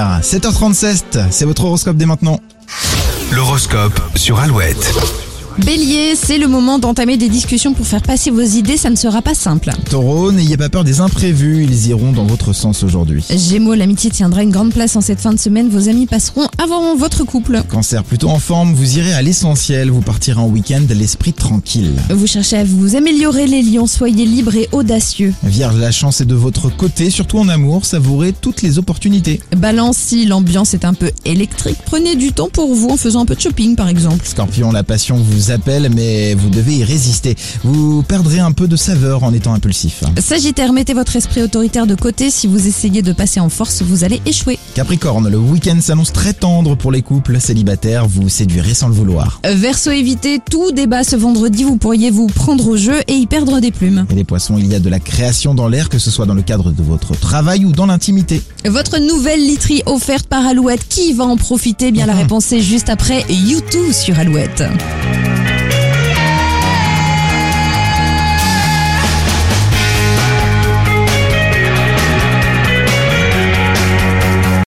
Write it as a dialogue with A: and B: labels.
A: Ah, 7h37, c'est votre horoscope dès maintenant.
B: L'horoscope sur Alouette.
C: Bélier, c'est le moment d'entamer des discussions pour faire passer vos idées, ça ne sera pas simple.
A: Taureau, n'ayez pas peur des imprévus, ils iront dans votre sens aujourd'hui.
C: Gémeaux, l'amitié tiendra une grande place en cette fin de semaine, vos amis passeront avant votre couple.
A: Cancer plutôt en forme, vous irez à l'essentiel, vous partirez en week-end l'esprit tranquille.
C: Vous cherchez à vous améliorer les lions, soyez libres et audacieux.
A: Vierge, la chance est de votre côté, surtout en amour, savourez toutes les opportunités.
C: Balance, si l'ambiance est un peu électrique, prenez du temps pour vous en faisant un peu de shopping par exemple.
A: Scorpion, la passion vous appelle, mais vous devez y résister. Vous perdrez un peu de saveur en étant impulsif.
C: Sagittaire, mettez votre esprit autoritaire de côté, si vous essayez de passer en force, vous allez échouer.
A: Capricorne, le week-end s'annonce très tendre pour les couples célibataires, vous séduirez sans le vouloir.
C: Verseau, évitez tout débat ce vendredi, vous pourriez vous prendre au jeu et y perdre des plumes.
A: Et les poissons, il y a de la création dans l'air, que ce soit dans le cadre de votre travail ou dans l'intimité.
C: Votre nouvelle literie offerte Eh par Alouette, qui va en profiter Bien la réponse est juste après YouTube sur Alouette.